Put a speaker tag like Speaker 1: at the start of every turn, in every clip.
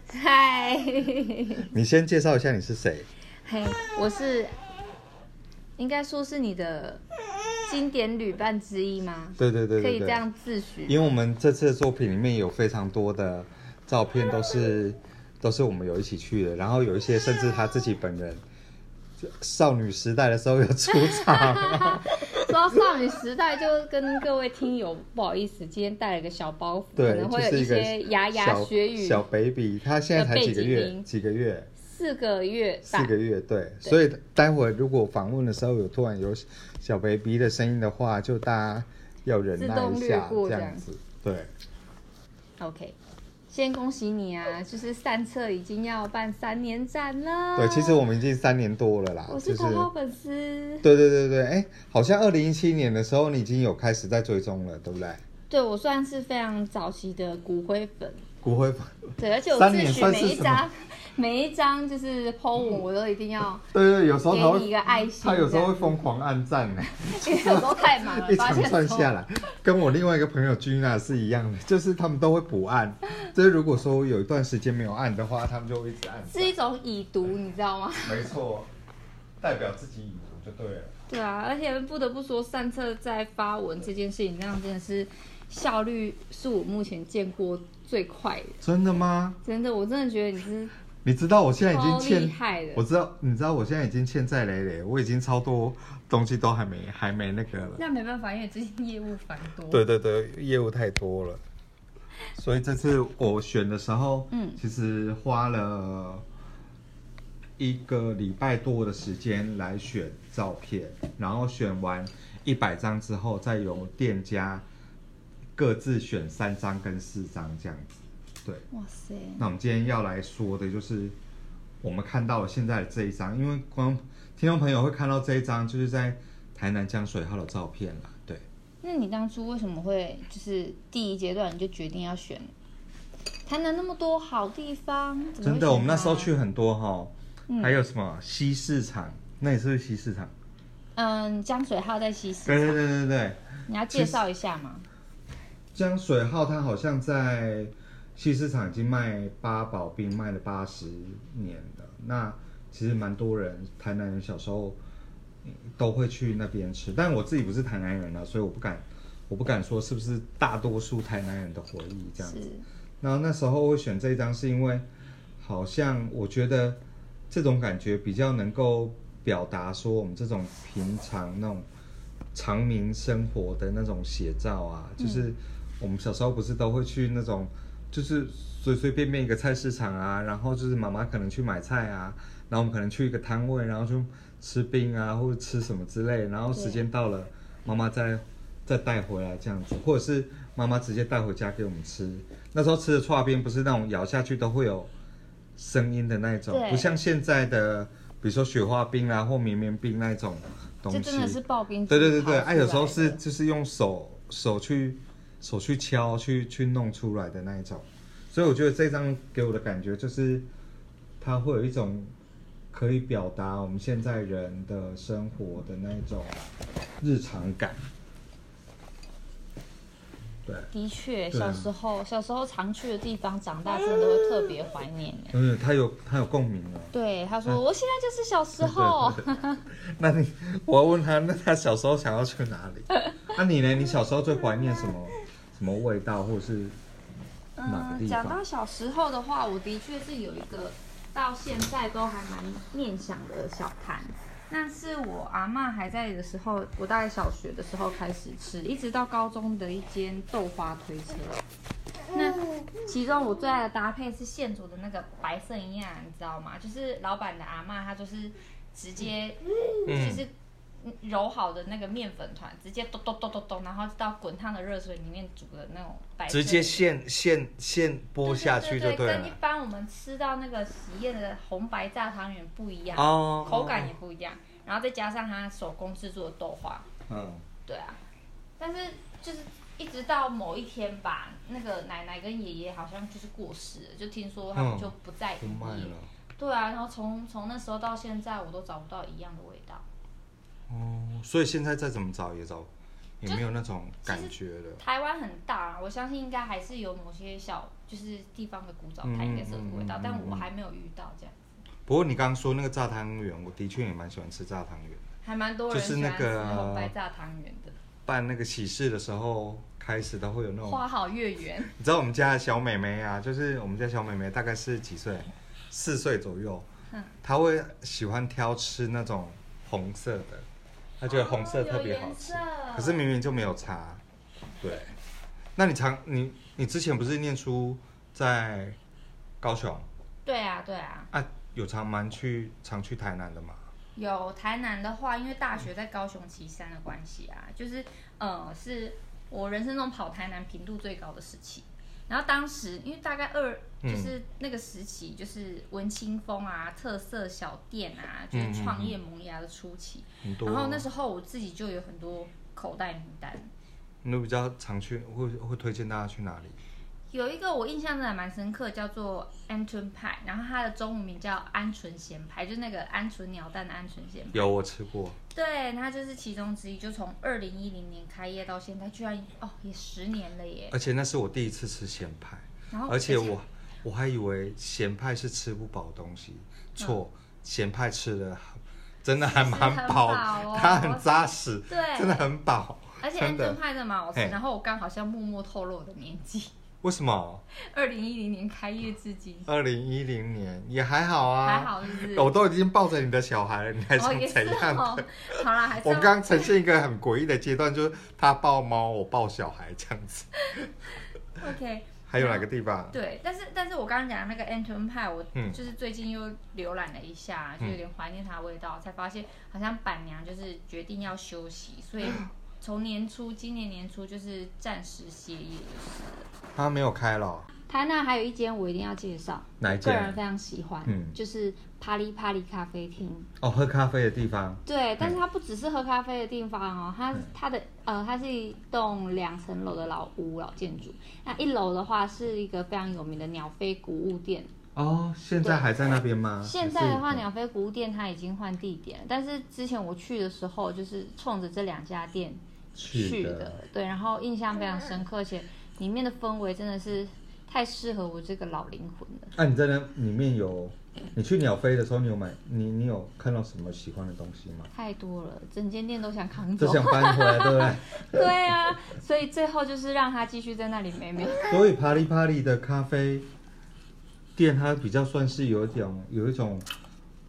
Speaker 1: 嗨，
Speaker 2: 你先介绍一下你是谁？
Speaker 1: 嘿，我是，应该说是你的经典旅伴之一吗？
Speaker 2: 对对对
Speaker 1: 可
Speaker 2: 对
Speaker 1: 以这
Speaker 2: 对，
Speaker 1: 样自诩
Speaker 2: 因为我们这次的作品里面有非常多的照片，都是都是我们有一起去的，然后有一些甚至他自己本人少女时代的时候有出 场。
Speaker 1: 说到少女时代，就跟各位听友不好意思，今天带了个小包袱，可
Speaker 2: 对，
Speaker 1: 能
Speaker 2: 就
Speaker 1: 会有
Speaker 2: 是
Speaker 1: 一
Speaker 2: 一个
Speaker 1: 些牙牙
Speaker 2: 小
Speaker 1: 学语。
Speaker 2: 小 baby，他现在才几个
Speaker 1: 的背景
Speaker 2: 月？
Speaker 1: 音
Speaker 2: 几个月？
Speaker 1: 四个月
Speaker 2: 四
Speaker 1: 大，
Speaker 2: 个月，对。所以待会儿如果访问的时候有突然有小 baby 的声音的话，就大家要忍
Speaker 1: 自
Speaker 2: 耐
Speaker 1: 动
Speaker 2: 一
Speaker 1: 略
Speaker 2: 下，
Speaker 1: 过
Speaker 2: 这
Speaker 1: 这
Speaker 2: 样
Speaker 1: 样
Speaker 2: 子。对，
Speaker 1: OK，先恭喜你啊！就是散策已经要办三年展了。
Speaker 2: 对，其实我们已经三年多了啦，
Speaker 1: 我
Speaker 2: 就是是
Speaker 1: 头号粉丝。
Speaker 2: 对对对对，哎，好像二零一七年的时候你已经有开始在追踪了，对不对？
Speaker 1: 对我算是非常早期的骨灰粉，
Speaker 2: 骨灰粉，
Speaker 1: 对，而且我
Speaker 2: 三
Speaker 1: 自
Speaker 2: 年
Speaker 1: 诩
Speaker 2: 算
Speaker 1: 每
Speaker 2: 是
Speaker 1: 一
Speaker 2: 什
Speaker 1: 张每一张就是 po 文，我都一定要
Speaker 2: 对对，有时候
Speaker 1: 给
Speaker 2: 他
Speaker 1: 你一个
Speaker 2: 会，
Speaker 1: 爱心。
Speaker 2: 他有时候会疯狂暗赞呢，
Speaker 1: 这样，因为有时候太忙了，
Speaker 2: 一
Speaker 1: 发
Speaker 2: 场
Speaker 1: 现
Speaker 2: 算
Speaker 1: 说
Speaker 2: 下来，跟我另外一个朋友君娜是一样的，就是他们都会补按，就是如果说有一段时间没有按的话，他们就会一直按。
Speaker 1: 是一种已读，你知道吗？
Speaker 2: 没错，代表自己已读就对了。
Speaker 1: 对啊，而且不得不说，散策在发文这件事情上真的是效率是我目前见过最快的。
Speaker 2: 真的吗？
Speaker 1: 真的，我真的觉得你是
Speaker 2: 你知道我现在已经
Speaker 1: 超厉
Speaker 2: 欠，
Speaker 1: 害的
Speaker 2: 我。知道，你知道我现在已经欠债累累，我已经超多东西都还没还没那个了。
Speaker 1: 那没办法，因为最近业务繁多。
Speaker 2: 对对对，业务太多了，所以这次我选的时候，
Speaker 1: 嗯
Speaker 2: 其实花了一个礼拜多的时间来选照片，然后选完一百张之后，再由店家各自选三张跟四张这样子。对，
Speaker 1: 哇塞，
Speaker 2: 那我们今天要来说的就是我们看到了现在的这一张，因为光听众朋友会看到这一张，就是在台南江水号的照片啦。对。
Speaker 1: 那你当初为什么会就是第一阶段你就决定要选台南那么多好地方？怎么会
Speaker 2: 真的，我们那时候
Speaker 1: 选啊
Speaker 2: 去很多哈，
Speaker 1: 嗯
Speaker 2: 还有什么西市场，那也是西市场。
Speaker 1: 它，嗯，江水号在西市
Speaker 2: 对对
Speaker 1: 场，
Speaker 2: 对对对，
Speaker 1: 你要介绍一下吗？
Speaker 2: 江水号它好像在西市场已经卖八宝冰卖了八十年了，那其实蛮多人台南人小时候嗯都会去那边吃，但我自己不是台南人啊，所以我不敢。我不敢说是不是大多数台南人的回忆这样子，
Speaker 1: 是，
Speaker 2: 然后那时候会选这一张，是因为好像我觉得这种感觉比较能够表达说我们这种平常那种常民生活的那种写照啊，就是我们小时候不是都会去那种，就是随随便便一个菜市场啊，然后就是妈妈可能去买菜啊，然后我们可能去一个摊位，然后就吃冰啊或者吃什么之类，然后时间到了，妈妈再再带回来这样子，或者是妈妈直接带回家给我们吃。那时候吃的串冰不是那种咬下去都会有声音的那种，
Speaker 1: 对
Speaker 2: 不像现在的，比如说雪花冰啊或绵绵冰那种东
Speaker 1: 这
Speaker 2: 西。
Speaker 1: 真的是刨冰。
Speaker 2: 对对对对，哎、
Speaker 1: 哎，
Speaker 2: 有时候是就是用手手去手去敲去去弄出来的那一种，所以我觉得这张给我的感觉就是，它会有一种可以表达我们现在人的生活的那一种日常感。对，
Speaker 1: 的确，
Speaker 2: 对
Speaker 1: 小
Speaker 2: 啊
Speaker 1: 时候小时候常去的地方，长大真的都会特别怀念。哎
Speaker 2: 嗯，它有它有共鸣哦。
Speaker 1: 对，他说我现在就是小时候，
Speaker 2: 那你，我要问他，那他小时候想要去哪里？ 那、你呢？你小时候最怀念什么什么味道，或者是哪个
Speaker 1: 嗯，
Speaker 2: 地
Speaker 1: 讲
Speaker 2: 方？
Speaker 1: 到小时候的话，我的确是有一个到现在都还蛮念想的小摊，那是我阿嬷还在的时候，我大概小学的时候开始吃，一直到高中的一间豆花推车。
Speaker 2: 嗯
Speaker 1: 那其中我最爱的搭配是现煮的那个白色营养，你知道吗？就是老板的阿嬷，她就是直接
Speaker 2: 嗯
Speaker 1: 就是揉好的那个面粉团，直接咚咚咚咚咚，然后到滚烫的热水里面煮的那种白色
Speaker 2: 直接现现现
Speaker 1: 对
Speaker 2: 播下去就
Speaker 1: 对
Speaker 2: 对
Speaker 1: 跟一
Speaker 2: 了。
Speaker 1: 般我们吃到那个喜宴的红白炸汤圆不一样，
Speaker 2: 哦
Speaker 1: 口感也不一样，然后再加上它手工制作的豆花，
Speaker 2: 嗯，
Speaker 1: 对啊，但是就是一直到某一天吧，那个奶奶跟爷爷好像就是过世了，就听说他们
Speaker 2: 嗯
Speaker 1: 就不再
Speaker 2: 不
Speaker 1: 营
Speaker 2: 卖
Speaker 1: 业，
Speaker 2: 了。
Speaker 1: 对啊，然后从从那时候到现在，我都找不到一样的味道。
Speaker 2: 哦，所以现在再怎么找也找也没有那种感觉了。
Speaker 1: 台湾很大，我相信应该还是有某些小就是地方的古早派应该是有这个味道，
Speaker 2: 嗯嗯嗯嗯
Speaker 1: 但我还没有遇到这样，
Speaker 2: 不过你刚刚说那个炸汤圆，我的确也蛮喜欢吃炸汤圆的。
Speaker 1: 还蛮多人
Speaker 2: 就是
Speaker 1: 喜
Speaker 2: 那
Speaker 1: 欢吃
Speaker 2: 个
Speaker 1: 红白炸汤圆的，
Speaker 2: 办那个喜事的时候，开始都会有那种
Speaker 1: 花好月圆，
Speaker 2: 你知道我们家的小妹妹啊，就是我们家小妹妹大概是几岁？四岁左右。
Speaker 1: 嗯
Speaker 2: 她会喜欢挑吃那种红色的，她觉得红色特别好吃。
Speaker 1: 哦有颜色
Speaker 2: 可是明明就没有差。对。那你常你你之前不是念书在高雄
Speaker 1: 对啊对啊，
Speaker 2: 啊？有常蛮去常去台南的嘛？
Speaker 1: 有台南的话，因为大学在高雄旗山的关系啊，就是呃，是我人生中跑台南频度最高的时期。然后当时因为大概二
Speaker 2: 嗯
Speaker 1: 就是那个时期，就是文青风啊、特色小店啊，就
Speaker 2: 嗯嗯
Speaker 1: 是
Speaker 2: 嗯
Speaker 1: 创业萌芽的初期。
Speaker 2: 很多。
Speaker 1: 然后那时候我自己就有很多口袋名单，
Speaker 2: 你都比较常去，会会推荐大家去哪里？
Speaker 1: 有一个我印象真的还蛮深刻，叫做鹌鹑派，然后它的中文名叫鹌鹑咸派，就是那个鹌鹑鸟蛋的鹌鹑咸派。
Speaker 2: 有我吃过，
Speaker 1: 对，它就是其中之一，就从二零一零年开业到现在，居然哦也十年了耶。
Speaker 2: 而且那是我第一次吃咸派。
Speaker 1: 然后
Speaker 2: 而且我我还以为咸派是吃不饱东西，
Speaker 1: 嗯
Speaker 2: 错，咸派吃的真的还蛮
Speaker 1: 吃很饱
Speaker 2: 饱
Speaker 1: 哦，
Speaker 2: 它很扎实，
Speaker 1: 对
Speaker 2: 真的很饱。
Speaker 1: 而且
Speaker 2: 真
Speaker 1: 鹌
Speaker 2: 的
Speaker 1: 鹑派真的蛮好吃，
Speaker 2: 嘿
Speaker 1: 然后我刚好像默默透露我的年纪，
Speaker 2: 为什么？
Speaker 1: 二零一零年开业至今，
Speaker 2: 二零一零年也还好啊，
Speaker 1: 还好是不是？
Speaker 2: 我都已经抱着你的小孩了，你还
Speaker 1: 哦
Speaker 2: 想
Speaker 1: 也是
Speaker 2: 怎样？
Speaker 1: 哦，好啦，还是
Speaker 2: 我
Speaker 1: 要
Speaker 2: 刚刚呈现一个很诡异的阶段，就是他抱猫，我抱小孩这样子。
Speaker 1: OK。
Speaker 2: 还有哪个地方？
Speaker 1: 对，但是但是我刚刚讲的那个 Anton 派，我
Speaker 2: 嗯
Speaker 1: 就是最近又浏览了一下，就有点怀念它的味道，才发现好像板娘就是决定要休息，所 以从年初今年年初就是暂时歇业就是了。
Speaker 2: 他没有开了哦，
Speaker 1: 台南还有一间我一定要介绍，
Speaker 2: 哪一
Speaker 1: 个人
Speaker 2: 间？
Speaker 1: 非常喜欢，
Speaker 2: 嗯
Speaker 1: 就是啪哩啪哩咖啡厅。
Speaker 2: 哦，喝咖啡的地方。
Speaker 1: 对，
Speaker 2: 嗯
Speaker 1: 但是它不只是喝咖啡的地方哦，它它的呃，它是一栋两层楼的老屋老建筑。那一楼的话是一个非常有名的鸟飞古物店，
Speaker 2: 哦，现在还在那边吗？
Speaker 1: 现在的
Speaker 2: 还
Speaker 1: 话，
Speaker 2: 啊是嗯
Speaker 1: 鸟飞古物店它已经换地点了，但是之前我去的时候就是冲着这两家店
Speaker 2: 去
Speaker 1: 去
Speaker 2: 的
Speaker 1: 的，对，然后印象非常深刻，而且里面的氛围真的是太适合我这个老灵魂了。
Speaker 2: 啊那、你在那里面有，你去鸟飞的时候，你有买你你有看到什么喜欢的东西吗？
Speaker 1: 太多了，整间店都想扛
Speaker 2: 就
Speaker 1: 走。
Speaker 2: 想搬回来，对不对？
Speaker 1: 对啊，所以最后就是让他继续在那里美美。
Speaker 2: 所以帕里帕里的咖啡店，它比较算是有一种有一种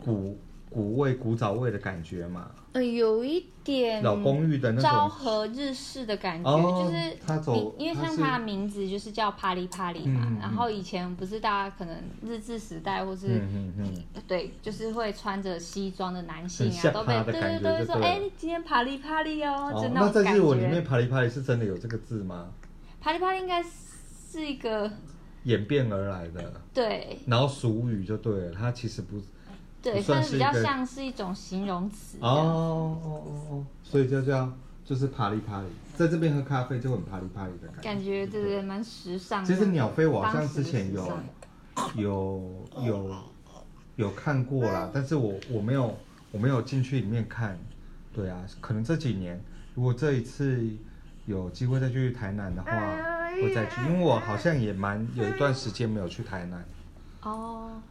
Speaker 2: 古古味、古早味的感觉嘛，
Speaker 1: 呃，有一点
Speaker 2: 老公寓的那
Speaker 1: 昭
Speaker 2: 种。
Speaker 1: 和日式的感觉，
Speaker 2: 哦
Speaker 1: 就是
Speaker 2: 他走
Speaker 1: 你因为
Speaker 2: 他
Speaker 1: 像
Speaker 2: 是
Speaker 1: 它的名字就是叫帕里帕里嘛，
Speaker 2: 嗯嗯嗯
Speaker 1: 然后以前不是大家可能日治时代或是、
Speaker 2: 嗯嗯嗯，
Speaker 1: 对，就是会穿着西装的男性
Speaker 2: 很
Speaker 1: 啊，
Speaker 2: 吓
Speaker 1: 都被
Speaker 2: 趴的
Speaker 1: 对
Speaker 2: 感
Speaker 1: 对
Speaker 2: 觉
Speaker 1: 都会
Speaker 2: 就
Speaker 1: 说，
Speaker 2: 对了
Speaker 1: 哎、你今天帕里帕里哦，就
Speaker 2: 哦，
Speaker 1: 那
Speaker 2: 那
Speaker 1: 种
Speaker 2: 在
Speaker 1: 感
Speaker 2: 日文里面
Speaker 1: 觉。
Speaker 2: 帕里帕里是真的有这个字吗？
Speaker 1: 帕里帕里应该是一个
Speaker 2: 演变而来的，
Speaker 1: 对
Speaker 2: 然后俗语就对了，它其实不
Speaker 1: 对，
Speaker 2: 不算
Speaker 1: 算
Speaker 2: 是
Speaker 1: 比
Speaker 2: 一
Speaker 1: 较
Speaker 2: 个
Speaker 1: 像是一种形容词这样
Speaker 2: 哦哦哦哦，所以就叫就是爬里爬里，在这边喝咖啡就很爬里爬里的感觉。
Speaker 1: 感觉对对对，蛮时尚的。
Speaker 2: 其实鸟飞我好像之前有
Speaker 1: 当时
Speaker 2: 有有有看过啦，但是我我没有我没有进去里面看。对啊，可能这几年如果这一次有机会再去台南的话，
Speaker 1: 哎
Speaker 2: 我再去，因为我好像也蛮有一段时间没有去台南。
Speaker 1: 哦，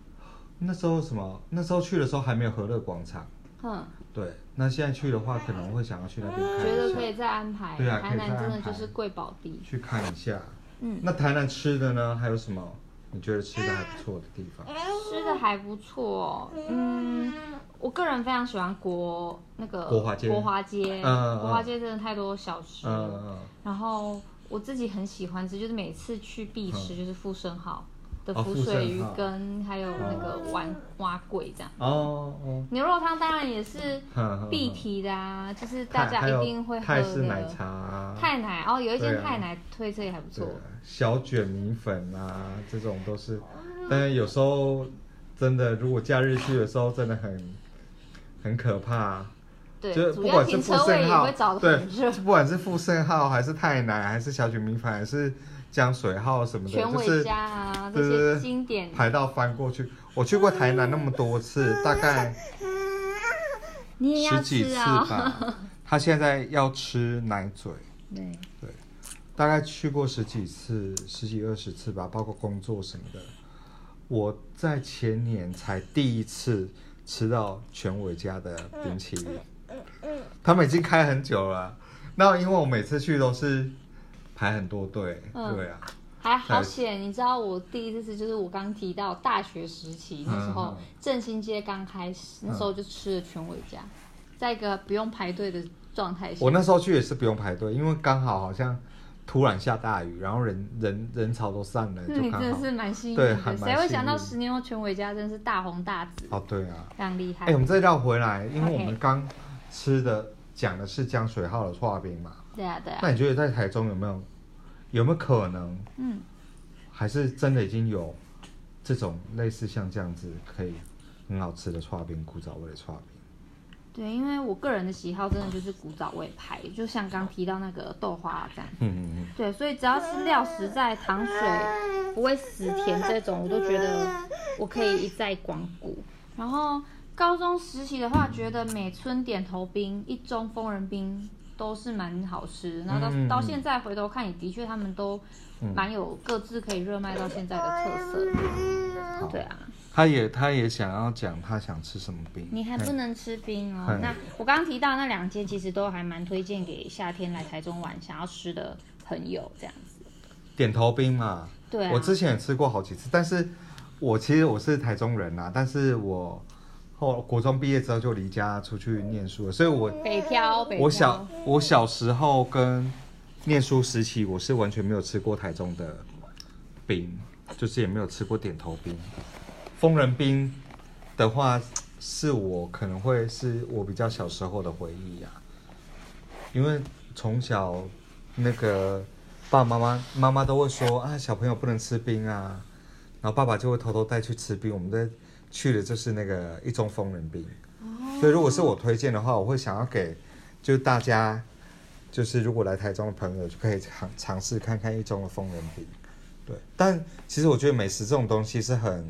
Speaker 2: 那时候什么？那时候去的时候还没有和乐广场。
Speaker 1: 哼，
Speaker 2: 对，那现在去的话，可能会想要去那边看一
Speaker 1: 嗯
Speaker 2: 下。
Speaker 1: 觉得可以再安排。
Speaker 2: 对啊
Speaker 1: 台
Speaker 2: 可以
Speaker 1: 南
Speaker 2: 再安
Speaker 1: 真
Speaker 2: 排
Speaker 1: 的就是贵宝地。
Speaker 2: 去看一下。
Speaker 1: 嗯，
Speaker 2: 那台南吃的呢？还有什么你觉得吃的还不错的地方？
Speaker 1: 吃的还不错、哦，嗯，我个人非常喜欢国那个
Speaker 2: 国华街
Speaker 1: 国华街，
Speaker 2: 嗯嗯嗯
Speaker 1: 国华街真的太多小吃，
Speaker 2: 嗯嗯
Speaker 1: 然后我自己很喜欢吃，就是每次去必吃，就是富盛号的
Speaker 2: 哦
Speaker 1: 浮
Speaker 2: 富
Speaker 1: 水
Speaker 2: 盛
Speaker 1: 鱼
Speaker 2: 号哦
Speaker 1: 羹，还有那个碗蛙桂这样，
Speaker 2: 嗯，哦哦，
Speaker 1: 牛肉汤当然也是
Speaker 2: 哼哼
Speaker 1: 必
Speaker 2: 哼
Speaker 1: 提的啊，就是大
Speaker 2: 泰
Speaker 1: 家
Speaker 2: 嗯还有
Speaker 1: 一定会喝
Speaker 2: 泰式
Speaker 1: 的。
Speaker 2: 奶茶啊，
Speaker 1: 泰奶哦，有一间
Speaker 2: 对啊
Speaker 1: 泰奶推测也还不
Speaker 2: 对
Speaker 1: 错
Speaker 2: 啊，小卷米粉啊，这种都是。但有时候真的，如果假日去的时候，真的很很可怕。
Speaker 1: 对，
Speaker 2: 就是
Speaker 1: 主
Speaker 2: 不
Speaker 1: 要
Speaker 2: 管是
Speaker 1: 停
Speaker 2: 富
Speaker 1: 车位
Speaker 2: 盛
Speaker 1: 也
Speaker 2: 号
Speaker 1: 会找，
Speaker 2: 对
Speaker 1: 的很热，，
Speaker 2: 不管是富盛号还是泰南，还是小卷米粉，还是江水号什么的，
Speaker 1: 全
Speaker 2: 就
Speaker 1: 伟
Speaker 2: 是
Speaker 1: 家啊这
Speaker 2: 对对
Speaker 1: 些
Speaker 2: 对
Speaker 1: 经典
Speaker 2: 排到翻过去。我去过台南那么多次，大概
Speaker 1: 你也要
Speaker 2: 十几
Speaker 1: 吃
Speaker 2: 次
Speaker 1: 啊、
Speaker 2: 吧。他现在要吃奶嘴，
Speaker 3: 对，
Speaker 2: 大概去过十几次、十几二十次吧，包括工作什么的。我在前年才第一次吃到全伟家的冰淇淋，
Speaker 1: 嗯
Speaker 2: 他们已经开很久了。那因为我每次去都是排很多队，
Speaker 3: 嗯
Speaker 2: 对啊，
Speaker 1: 还好险，你知道我第一次吃就是我刚提到大学时期那时候
Speaker 2: 嗯嗯，
Speaker 1: 振兴街刚开始，那时候就吃了全伟家，在一个不用排队的状态下
Speaker 2: 我，那时候去也是不用排队，因为刚好好像突然下大雨，然后人人人潮都散
Speaker 1: 那
Speaker 2: 了，
Speaker 1: 你
Speaker 2: 就
Speaker 1: 真
Speaker 2: 刚
Speaker 1: 的
Speaker 2: 好。
Speaker 1: 是蛮幸运
Speaker 2: 对还
Speaker 1: 的，
Speaker 2: 蛮
Speaker 1: 谁会想到
Speaker 2: 幸运
Speaker 1: 十年后全伟家真是大红大紫，
Speaker 2: 哦，对啊，
Speaker 1: 非常厉害
Speaker 2: 哎、。我们再绕回来，因为
Speaker 1: OK
Speaker 2: 我们刚吃的讲的是江水号的刨冰嘛，
Speaker 1: 对啊，对啊，
Speaker 2: 那你觉得在台中有没有有没有可能，
Speaker 1: 嗯，
Speaker 2: 还是真的已经有这种类似像这样子可以很好吃的刨冰，古早味的刨冰？
Speaker 1: 对，因为我个人的喜好真的就是古早味派，就像刚提到那个豆花这样。
Speaker 2: 嗯嗯
Speaker 1: 对，所以只要是料实在、糖水不会死甜这种，我都觉得我可以一再光顾。然后高中时期的话，觉得美村点头冰、一中丰仁冰都是蛮好吃。然后到、
Speaker 2: 嗯嗯嗯
Speaker 1: 到现在回头看，也的确他们都蛮有各自可以热卖到现在的特色。
Speaker 2: 嗯，好
Speaker 1: 对，啊，
Speaker 2: 他也他也想要讲他想吃什么冰，
Speaker 1: 你还
Speaker 2: 嘿
Speaker 1: 不能吃冰哦
Speaker 2: 嗯。
Speaker 1: 那我刚刚提到那两间，其实都还蛮推荐给夏天来台中玩想要吃的朋友这样子。
Speaker 2: 点头冰嘛，
Speaker 1: 对啊，
Speaker 2: 我之前也吃过好几次，但是我其实我是台中人啦、但是我后国中毕业之后就离家出去念书了，所以我
Speaker 1: 北漂，北漂
Speaker 2: 我小我小时候跟念书时期，我是完全没有吃过台中的冰，就是也没有吃过点头冰。疯人冰的话，是我可能会是我比较小时候的回忆啊，因为从小那个爸爸妈妈妈妈都会说啊，小朋友不能吃冰啊，然后爸爸就会偷偷带去吃冰。我们在去的就是那个一中疯人冰，
Speaker 1: 哦
Speaker 2: 所以如果是我推荐的话，我会想要给就是大家。就是如果来台中的朋友，就可以尝尝试看看一中的风人饼。对，但其实我觉得美食这种东西是很，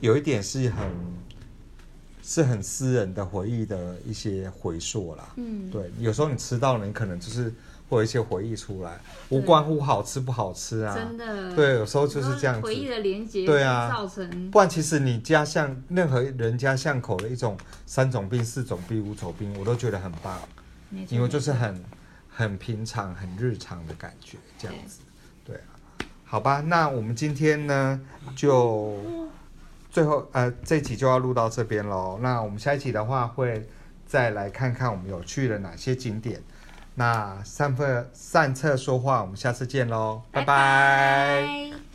Speaker 2: 有一点是很，是很私人的回忆的一些回溯啦。
Speaker 1: 嗯，
Speaker 2: 对，有时候你吃到了，你可能就是会有一些回忆出来，无关乎好吃不好吃啊。
Speaker 1: 真的，
Speaker 2: 对，有时候就是这样
Speaker 1: 回忆
Speaker 2: 子。
Speaker 1: 的连接，
Speaker 2: 对啊
Speaker 1: 造成
Speaker 2: 不然，其实你家巷任何人家巷口的一种三种病、四种病、五种病，我都觉得很棒。
Speaker 3: 没错
Speaker 2: 因为就是很很平常、很日常的感觉，这样子，对啊，好吧，那我们今天呢就最后呃这一集就要录到这边喽。那我们下一集的话会再来看看我们有去了哪些景点。那散策散策说话，我们下次见喽，拜拜
Speaker 1: 拜